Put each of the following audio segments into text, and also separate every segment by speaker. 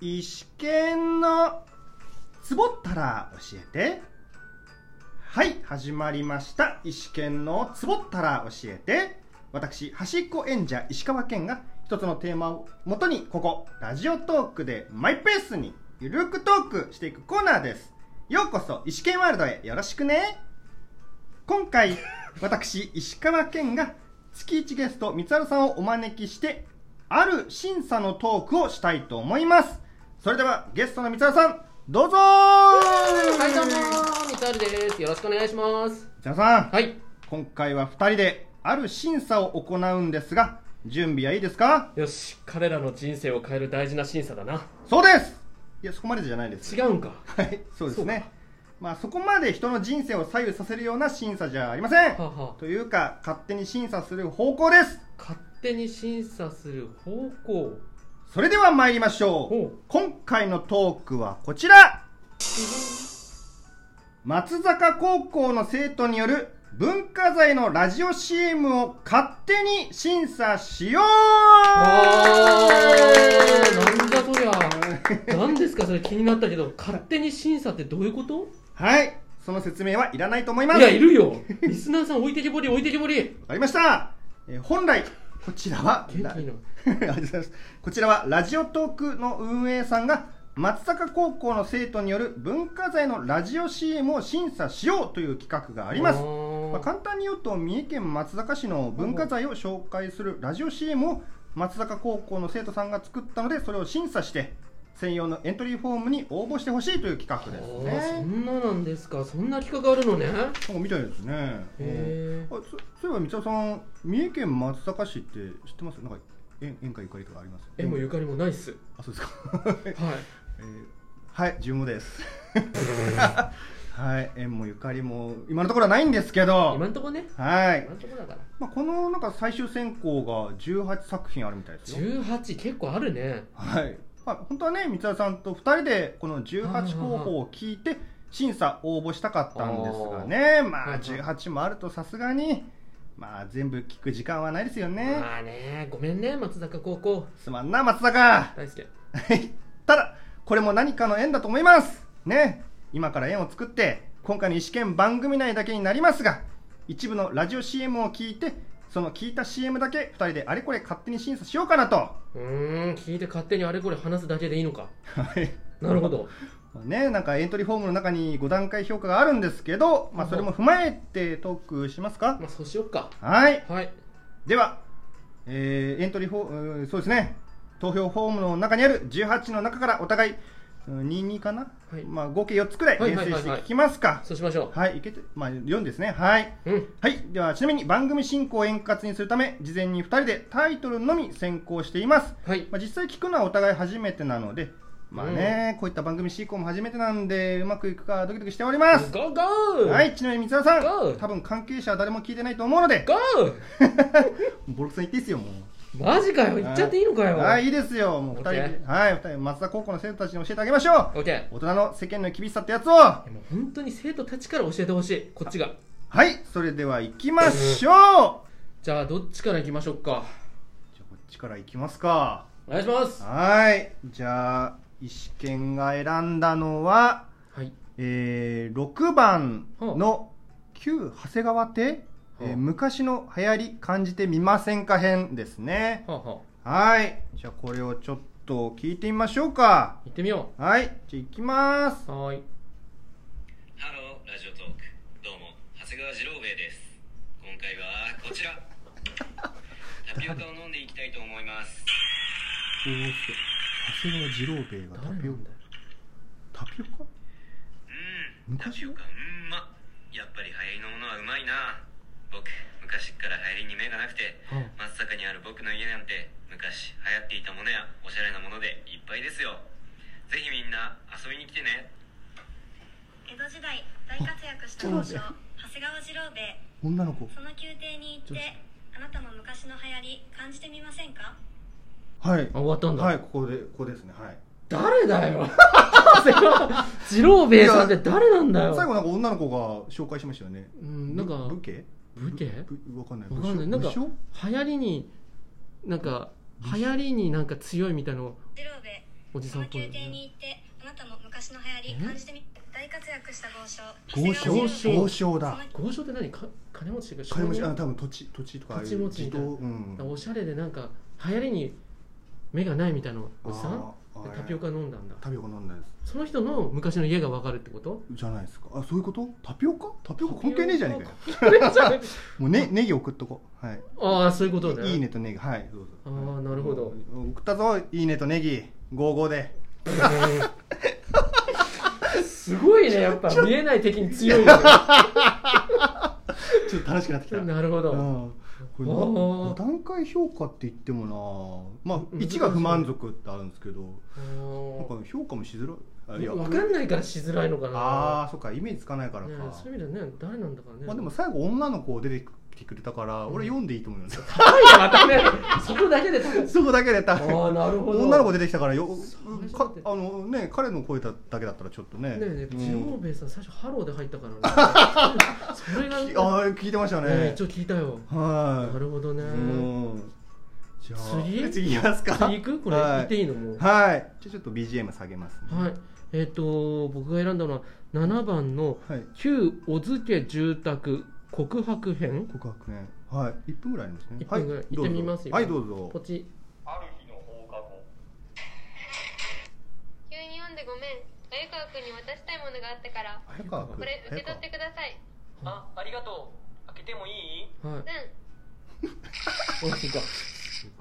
Speaker 1: 石剣のつぼったら教えてはい始まりました石剣のつぼったら教えて私端っこ演者石川県が一つのテーマをもとにここラジオトークでマイペースにゆるくトークしていくコーナーですようこそ石剣ワールドへよろしくね今回私石川県が月1ゲスト三原さんをお招きしてある審査のトークをしたいと思いますそれではゲストの三原さんどうぞ
Speaker 2: はい、どうもー、みたるです。よろしくお願いします。
Speaker 1: 三原さん、
Speaker 2: はい。
Speaker 1: 今回は2人である審査を行うんですが準備はいいですか
Speaker 2: よし、彼らの人生を変える大事な審査だな。
Speaker 1: そうですいやそこまでじゃないです
Speaker 2: 違うんか。
Speaker 1: はいそうです
Speaker 2: そう
Speaker 1: ね
Speaker 2: か
Speaker 1: まあそこまで人の人生を左右させるような審査じゃありません
Speaker 2: はあはあ
Speaker 1: というか勝手に審査する方向です
Speaker 2: 勝手に審査する方向。
Speaker 1: それでは参りましょ
Speaker 2: ほ
Speaker 1: う
Speaker 2: う
Speaker 1: 今回のトークはこちら松坂高校の生徒による文化財のラジオ CM を勝手に審査しよう
Speaker 2: あー、なんだそり ゃ。なんですか、それ気になったけど、勝手に審査ってどういうこと
Speaker 1: はいその説明はいらないと思います
Speaker 2: いや、いるよ。リスナーさん置いてけぼり、置いてけぼり。
Speaker 1: わかりました、えー本来こちらは
Speaker 2: 元気
Speaker 1: ラ あり
Speaker 2: いいの
Speaker 1: がとうございますこちらはラジオトークの運営さんが松坂高校の生徒による文化財のラジオ CM を審査しようという企画があ
Speaker 2: あ
Speaker 1: りますまあ、
Speaker 2: ー
Speaker 1: 簡単に言うと三重県松坂市の文化財を紹介するラジオ CM を松坂高校の生徒さんが作ったのでそれを審査して専用のエントリーフォームに応募してほしいという企画
Speaker 2: あ
Speaker 1: です
Speaker 2: ーそ
Speaker 1: ね
Speaker 2: んななんですか。そんな企画あるのね。
Speaker 1: なんかみたいですね
Speaker 2: へー
Speaker 1: あそそういえば三田さん三重県松阪市って知ってますなんか縁縁かゆかりとかあります
Speaker 2: え、もうゆかりもないっす。
Speaker 1: あそうですか、 え
Speaker 2: はい。
Speaker 1: ーはい十毛です はい縁もゆかりも今のところはないんですけ
Speaker 2: 今
Speaker 1: ど
Speaker 2: んとこね。
Speaker 1: はい
Speaker 2: 今んとこだから。
Speaker 1: まあ、このなんか最終選考が18作品あるみたいですよ。
Speaker 2: 18結構あるね
Speaker 1: はい。まあ、本当はね、三田さんと2人でこの18候補を聞いて審査応募したかったんですがね、まあ18もあるとさすがに、まあ全部聞く時間はないですよね。
Speaker 2: まあねごめんね松坂高校
Speaker 1: すまんな、松坂。
Speaker 2: 大輔
Speaker 1: ただ、これも何かの縁だと思います。ね。今から縁を作って、今回の試験番組内だけになりますが、一部のラジオ CM を聞いて、その聞いた CM だけ2人であれこれ勝手に審査しようかなと
Speaker 2: うーん聞いて勝手にあれこれ話すだけでいいのか
Speaker 1: はい
Speaker 2: なるほど
Speaker 1: ね、なんかエントリーフォームの中に5段階評価があるんですけど、まあ、それも踏まえてトークしますか
Speaker 2: まあそうしよっか
Speaker 1: はい
Speaker 2: はい
Speaker 1: では、えーエントリーフォームそうですね投票フォームの中にある18の中からお互いうん22かな、
Speaker 2: はい
Speaker 1: まあ、合計4つくらい
Speaker 2: はい
Speaker 1: 厳
Speaker 2: はい
Speaker 1: 選
Speaker 2: はいはい
Speaker 1: していきますか
Speaker 2: そうしましょ
Speaker 1: はい,、い、けてまあ4ですねはい
Speaker 2: うんうん
Speaker 1: はい、ではちなみに番組進行を円滑にするため事前に2人でタイトルのみ選考しています
Speaker 2: はい
Speaker 1: まあ、実際聞くのはお互い初めてなので、まあね、こういった番組進行も初めてなんで、うまくいくかドキドキしております。
Speaker 2: ゴーゴー
Speaker 1: はい、ちなみに三沢さ
Speaker 2: ゴ
Speaker 1: ん、
Speaker 2: ー
Speaker 1: 多分関係者は誰も聞いてないと思うので、
Speaker 2: ゴ
Speaker 1: ボロクソに言っていいですよ、も
Speaker 2: ーマジかよ
Speaker 1: う。
Speaker 2: 言っちゃっていいのかよ
Speaker 1: はい、いいですよ、もう二人
Speaker 2: OK
Speaker 1: はい、二人、松田高校の生徒たちに教えてあげましょ
Speaker 2: オッケー
Speaker 1: う。大人の世間の厳しさってやつを。は
Speaker 2: もう本当に生徒たちから教えてほしいこっちが
Speaker 1: い、それでは行きましょう。
Speaker 2: じゃあどっちから行きましょうか
Speaker 1: じゃあ、こっちから行きますか。
Speaker 2: お願いします
Speaker 1: はい、じゃあ、石剣が選んだのは、
Speaker 2: はい
Speaker 1: えー6番の旧長谷川邸、えー
Speaker 2: はあ
Speaker 1: 昔の流行り感じてみませんか編ですね
Speaker 2: はあは
Speaker 1: はいじゃあこれをちょっと聞いてみましょうか
Speaker 2: あ行ってみよ
Speaker 1: はいじゃあいきます
Speaker 2: うはーい
Speaker 3: ハローラジオトークどうも長谷川次郎兵衛です今回はこちらタピオカを飲んでいきたいと思います
Speaker 1: 長谷川二郎兵衛が
Speaker 2: 誰なんだよ
Speaker 1: タピオカ
Speaker 3: うんタピオカうんまやっぱり流行りのものはうまいな僕昔っから流行りに目がなくて
Speaker 2: うん
Speaker 3: 松坂にある僕の家なんて昔流行っていたものやおしゃれなものでいっぱいですよぜひみんな遊びに来てね
Speaker 4: 江戸時代大活躍した豪商長谷川次郎兵衛
Speaker 1: 女の子
Speaker 4: その宮廷に行ってあなたも昔の流行り感じてみませんか
Speaker 1: はい
Speaker 2: あ終わったんだ
Speaker 1: はいここでここですねはい
Speaker 2: 誰だ よ二郎兵衛さんって誰なんだよ
Speaker 1: 最後なんか女の子が紹介しましたよね
Speaker 2: うんなんか
Speaker 1: 武家
Speaker 2: 武家
Speaker 1: ぶわかんない
Speaker 2: わかんな
Speaker 1: 武
Speaker 2: いなんか
Speaker 1: 将武将
Speaker 2: 流行りになんか流行りになんか強いみたいの
Speaker 4: 次郎兵衛
Speaker 2: おじ
Speaker 4: そ
Speaker 2: さん
Speaker 4: の
Speaker 2: っぽい
Speaker 4: 宮廷に行ってあなたも昔の流行
Speaker 2: え
Speaker 4: り感じてみ大活躍した豪商
Speaker 1: 豪商
Speaker 4: 長谷川二郎兵衛
Speaker 1: 豪商だ
Speaker 4: その
Speaker 2: 豪商って何か金持ちが
Speaker 1: 金持ちあ多分土地土地とかああいう
Speaker 2: 土地持ち
Speaker 1: 地頭うん
Speaker 2: おしゃれでなんか流行りに目がないみたいなおじさん
Speaker 1: あー
Speaker 2: で
Speaker 1: あれ
Speaker 2: タピオカ飲んだんだ
Speaker 1: タピオカ飲んだや
Speaker 2: その人の昔の家がわかるってこと
Speaker 1: つじゃないですかあそういうことタピオカタピオカ関係ねえじゃねえかよ
Speaker 2: よ
Speaker 1: もうねネギ送っとこうはい
Speaker 2: ああそういうことね
Speaker 1: いいねとネギはいどうぞ
Speaker 2: ああなるほど、
Speaker 1: うん送ったぞいいねとネギ55で
Speaker 2: すごいねやっぱ見えない敵に強いよね
Speaker 1: ちょっと楽しくなってきた
Speaker 2: なるほど、
Speaker 1: うんこれ
Speaker 2: あー
Speaker 1: な段階評価って言ってもなまあ
Speaker 2: うん
Speaker 1: 1が不満足ってあるんですけど
Speaker 2: あ
Speaker 1: なんか
Speaker 2: ー
Speaker 1: 評価もしづらいあいや
Speaker 2: わかんないからしづらいのかな
Speaker 1: ああそっかイメージつかないからか、
Speaker 2: ねそういう意味ではね誰なんだからね
Speaker 1: まあでも最後女の子出てきてくれたから、
Speaker 2: うん
Speaker 1: 俺読んでいいと思いますよ
Speaker 2: 高いよまたねそこだけで高い
Speaker 1: そこだけでた
Speaker 2: ああなるほど
Speaker 1: 女の子出てきたからよ
Speaker 2: そう
Speaker 1: かあのね彼の声だだけだったらちょっとね
Speaker 2: ねえねえ、
Speaker 1: うん
Speaker 2: ジローベイさん最初ハローで入っ たからねそれが
Speaker 1: きああ聞いてましたね、
Speaker 2: ねえ一応聞いたよ
Speaker 1: は
Speaker 2: ないるほどね
Speaker 1: うんじゃあ
Speaker 2: 次
Speaker 1: 次いきますか
Speaker 2: 次行くこれ
Speaker 1: はい
Speaker 2: 言っていいのもう
Speaker 1: はいじゃあちょっと BGM 下げますね
Speaker 2: はいえっと僕が選んだのは7番の
Speaker 1: はい
Speaker 2: 「旧小津家住宅告白編
Speaker 1: 告白ねはい一分ぐらいありますね
Speaker 2: 一分ぐらい行ってみますよ
Speaker 1: はいどうぞ」
Speaker 2: ポチ
Speaker 3: ある日の放課後
Speaker 5: 急に読んでごめん鮎川君に渡したいものがあったから
Speaker 1: 早川君
Speaker 5: これ受け取ってください
Speaker 6: あ、ありがとう。開けてもいい
Speaker 2: はい
Speaker 5: うん
Speaker 2: おいしいか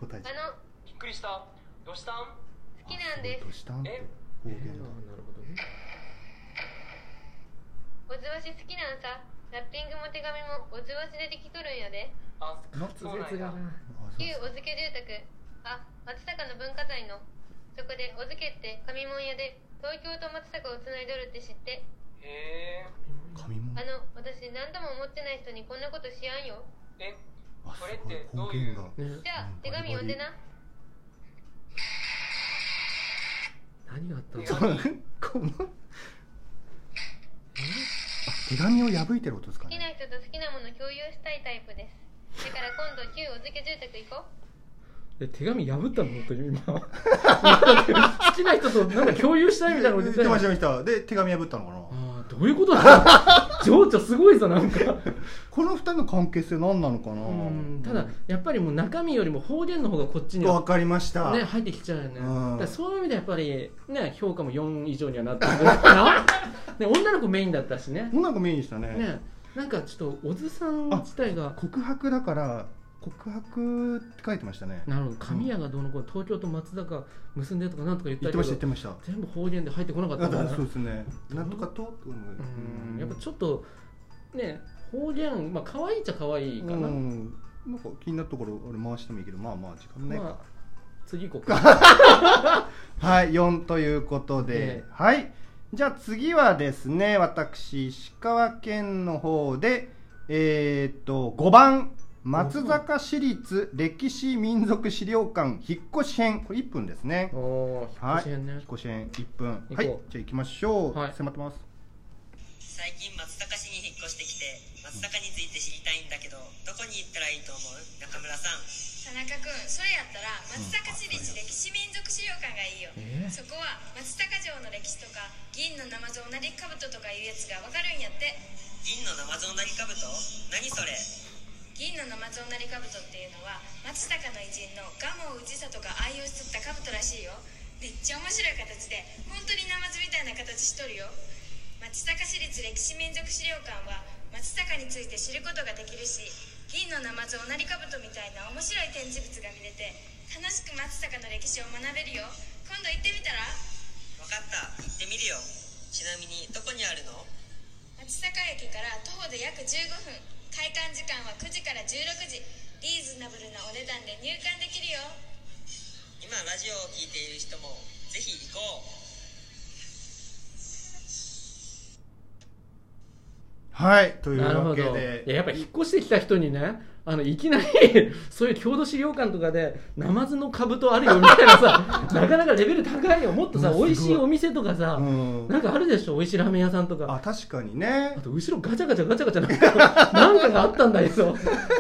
Speaker 1: 答えちゃう
Speaker 5: あの
Speaker 6: びっくりした。どうしたん
Speaker 5: 好きなんで
Speaker 1: どう
Speaker 5: す
Speaker 1: したんって
Speaker 6: え
Speaker 1: 方
Speaker 2: あーな
Speaker 1: 言だ
Speaker 2: るほどね
Speaker 5: おずわし好きなんさラッピングも手紙もおずわしでできとるんやで
Speaker 6: あ、
Speaker 1: な
Speaker 6: そうなんや。
Speaker 1: あそう
Speaker 5: 旧お漬け住宅あ松坂の文化財のそこでお漬けって紙もんやで東京と松阪をつないどるって知って
Speaker 6: へえ。
Speaker 1: 紙も
Speaker 5: あの私何度も思ってない人にこんなことしやんよ
Speaker 6: え、
Speaker 1: あ
Speaker 6: それって
Speaker 1: すごい
Speaker 6: ど
Speaker 1: 方
Speaker 6: うい
Speaker 1: 言が
Speaker 2: ね
Speaker 6: う
Speaker 5: じゃあ手紙読んでな
Speaker 2: 何があったの
Speaker 6: そ
Speaker 1: このあ手紙を破いてる音ですか
Speaker 5: 好きな
Speaker 1: ね
Speaker 5: 人と好きなもの共有したいタイプですだから今度旧お漬け住宅行こう
Speaker 2: え手紙破ったの本当に今好きな人となんか共有したいみたいなこと
Speaker 1: 言っ
Speaker 2: 言ってて
Speaker 1: ま
Speaker 2: ま
Speaker 1: し
Speaker 2: し
Speaker 1: 言ってま
Speaker 2: たた
Speaker 1: したで手紙破ったのかな
Speaker 2: あーどういうことだ情緒すごいぞなんか
Speaker 1: この二人の関係性何なのかな
Speaker 2: うんただやっぱりもう中身よりも方言の方がこっちには
Speaker 1: わかりました
Speaker 2: ね入ってきちゃうよねだ
Speaker 1: うん
Speaker 2: からそういう意味でやっぱりね評価も4以上にはなってる かなね女の子メインだったしね
Speaker 1: 女の子メインでしたね
Speaker 2: ねなんかちょっと小津さん自体が
Speaker 1: 告白だから告白って書いてましたね
Speaker 2: なるほど神谷がどうのこうの東京と松坂結んでとかなんとか言った
Speaker 1: 言って
Speaker 2: けど
Speaker 1: ました言ってました
Speaker 2: 全部方言で入ってこなかった
Speaker 1: あ
Speaker 2: もんね
Speaker 1: だそうですねなんとかとう
Speaker 2: うん
Speaker 1: ん
Speaker 2: やっぱちょっとね方言まあ可愛いっちゃ可愛いかな、
Speaker 1: うんなんか気になったところ俺回してもいいけどまあまあ時間ないか、
Speaker 2: まあ次行こ うか
Speaker 1: はい4ということで、
Speaker 2: ええ
Speaker 1: はいじゃあ次はですね私石川県の方でえーっと5番松坂市立歴史民族資料館引っ越し編これ1分ですね
Speaker 2: おお引っ越し編ね、
Speaker 1: 引っ越し編1分
Speaker 2: 行こう
Speaker 1: はいじゃあ行きましょう、
Speaker 2: はい
Speaker 1: 迫ってます
Speaker 7: 最近松阪市に引っ越してきて松阪について知りたいんだけどどこに行ったらいいと思う中村さん
Speaker 4: 田中君それやったら松阪市立歴史民族資料館がいいよ、
Speaker 2: えー
Speaker 4: そこは松阪城の歴史とか銀の生像なり兜とかいうやつがわかるんやって
Speaker 7: 銀の生像なりかぶと何それ
Speaker 4: 銀の生像なり兜っていうのは松坂の偉人の蒲生氏里が愛用しとった兜らしいよめっちゃ面白い形で本当にナマズみたいな形しとるよ松阪市立歴史民族資料館は松阪について知ることができるし銀の生像なり兜みたいな面白い展示物が見れて楽しく松阪の歴史を学べるよ今度行ってみたら
Speaker 7: 分かった行ってみるよちなみにどこにあるの
Speaker 4: 松阪駅から徒歩で約15分開館時間は9時から16時リーズナブルなお値段で入館できるよ
Speaker 7: 今ラジオを聞いている人もぜひ行こう
Speaker 1: はいという
Speaker 2: なる
Speaker 1: わ
Speaker 2: ほ
Speaker 1: け
Speaker 2: ど
Speaker 1: で
Speaker 2: いややっぱ引っ越してきた人にねあのいきなりそういう郷土資料館とかでナマズの株とあるよみたい なさなかなかレベル高いよもっとさ
Speaker 1: うんすごい
Speaker 2: 美味しいお店とかさ、
Speaker 1: うん
Speaker 2: なんかあるでしょ美味しいラーメン屋さんとか
Speaker 1: あ確かにね
Speaker 2: あと後ろガチャガチャガチャガチャなんかなんかがあったんだけ ど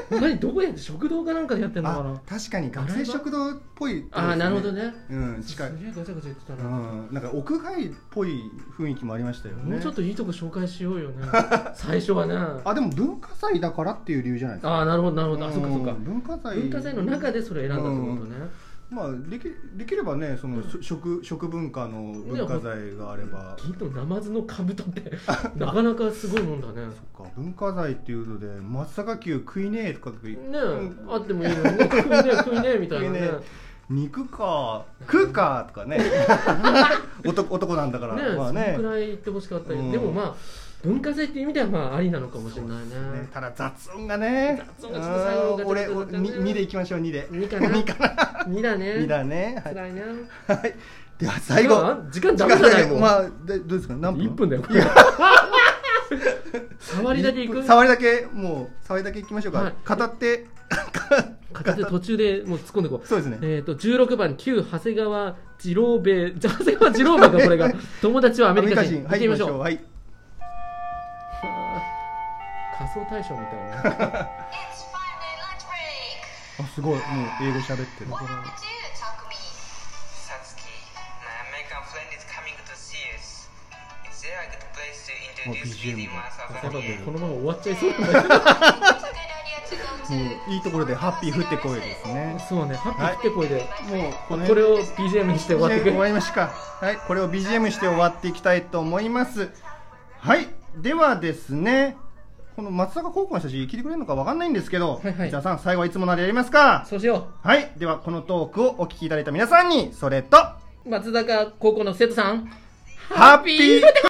Speaker 2: 何どこやって食堂かなんかでやってんのか
Speaker 1: あ
Speaker 2: な
Speaker 1: 確かに学生食堂っぽい、
Speaker 2: ああーなるほどね
Speaker 1: うん近い
Speaker 2: すげえガチャガチャ言ってた
Speaker 1: う
Speaker 2: な、
Speaker 1: んなんか屋外っぽい雰囲気もありましたよね
Speaker 2: もうちょっといいとこ紹介しようよね最初はねあ
Speaker 1: あでも文化祭だからっていう理由じゃないですか
Speaker 2: あーなるほどなるほどあ
Speaker 1: うん
Speaker 2: そっかそっか
Speaker 1: 文化祭
Speaker 2: 文化祭の中でそれ選んだってことね、
Speaker 1: まあできできればねその、しょ食食文化の文化財があれば
Speaker 2: 銀のナマズの兜って なかなかすごいもんだねね
Speaker 1: そっか文化財っていうので松阪牛食いねえとかとか言
Speaker 2: え
Speaker 1: う、
Speaker 2: あってもいいのに ね食いねえ食いねえみたいなね
Speaker 1: 食いね肉か食うかとか ね男男なんだから、
Speaker 2: ねえ、
Speaker 1: まあね
Speaker 2: そのくらい言ってほしかったけど、
Speaker 1: うん
Speaker 2: でもまあ文化祭っていう意味ではまあありなのかもしれないね
Speaker 1: ねただ雑音がね
Speaker 2: 雑音がちょっと最後
Speaker 1: あー
Speaker 2: ガチャガチャ
Speaker 1: 俺
Speaker 2: ガチャガチャね
Speaker 1: 2, でいきましょう2で
Speaker 2: 2かな
Speaker 1: 二かな
Speaker 2: 2だね
Speaker 1: 2だねはい、
Speaker 2: 辛いな
Speaker 1: はい、では最後
Speaker 2: 時間ダメじゃないもん、
Speaker 1: まあでどうですか何分
Speaker 2: 1分だよこれ 触りだけいく
Speaker 1: 触りだけもう触りだけいきましょうか、
Speaker 2: はい
Speaker 1: 語って
Speaker 2: 片手途中でもう突っ込んでこう
Speaker 1: そうですね
Speaker 2: えー、と16番、旧長谷川二郎兵衛、長谷川二郎兵衛か、これが、友達はアメリカ人、
Speaker 1: はい
Speaker 2: 行ってみましょう、
Speaker 1: 行きはい
Speaker 2: 仮想大賞みたいな、
Speaker 4: It's finally lunch break.
Speaker 1: あすごいもう英語喋ってる
Speaker 4: What happened to you, Takumi?
Speaker 7: Satsuki, my American friend is coming to see us. Is there a good place to
Speaker 1: introduce BGM me the だ Masakami?
Speaker 2: やっぱもうこのまま終わっちゃいそうなんだ
Speaker 4: It's a good idea to go
Speaker 1: も
Speaker 4: to.
Speaker 1: ういいところでハッピー降ってこいですね
Speaker 2: そうね、ハッピー来てこいで、
Speaker 1: もうこの
Speaker 2: これを BGM にして終わって
Speaker 1: BGM
Speaker 2: く
Speaker 1: 終わ
Speaker 2: る、
Speaker 1: りましたかはいこれを BGM して終わっていきたいと思いますはいではですねこの松坂高校の人たち聞いてくれるのかわかんないんですけど、
Speaker 2: はいはい
Speaker 1: じゃあさん最後はいつもなりやりますか
Speaker 2: そうしよ
Speaker 1: はいではこのトークをお聞きいただいた皆さんにそれと
Speaker 2: う、松坂高校の生徒さん、
Speaker 1: ハッピー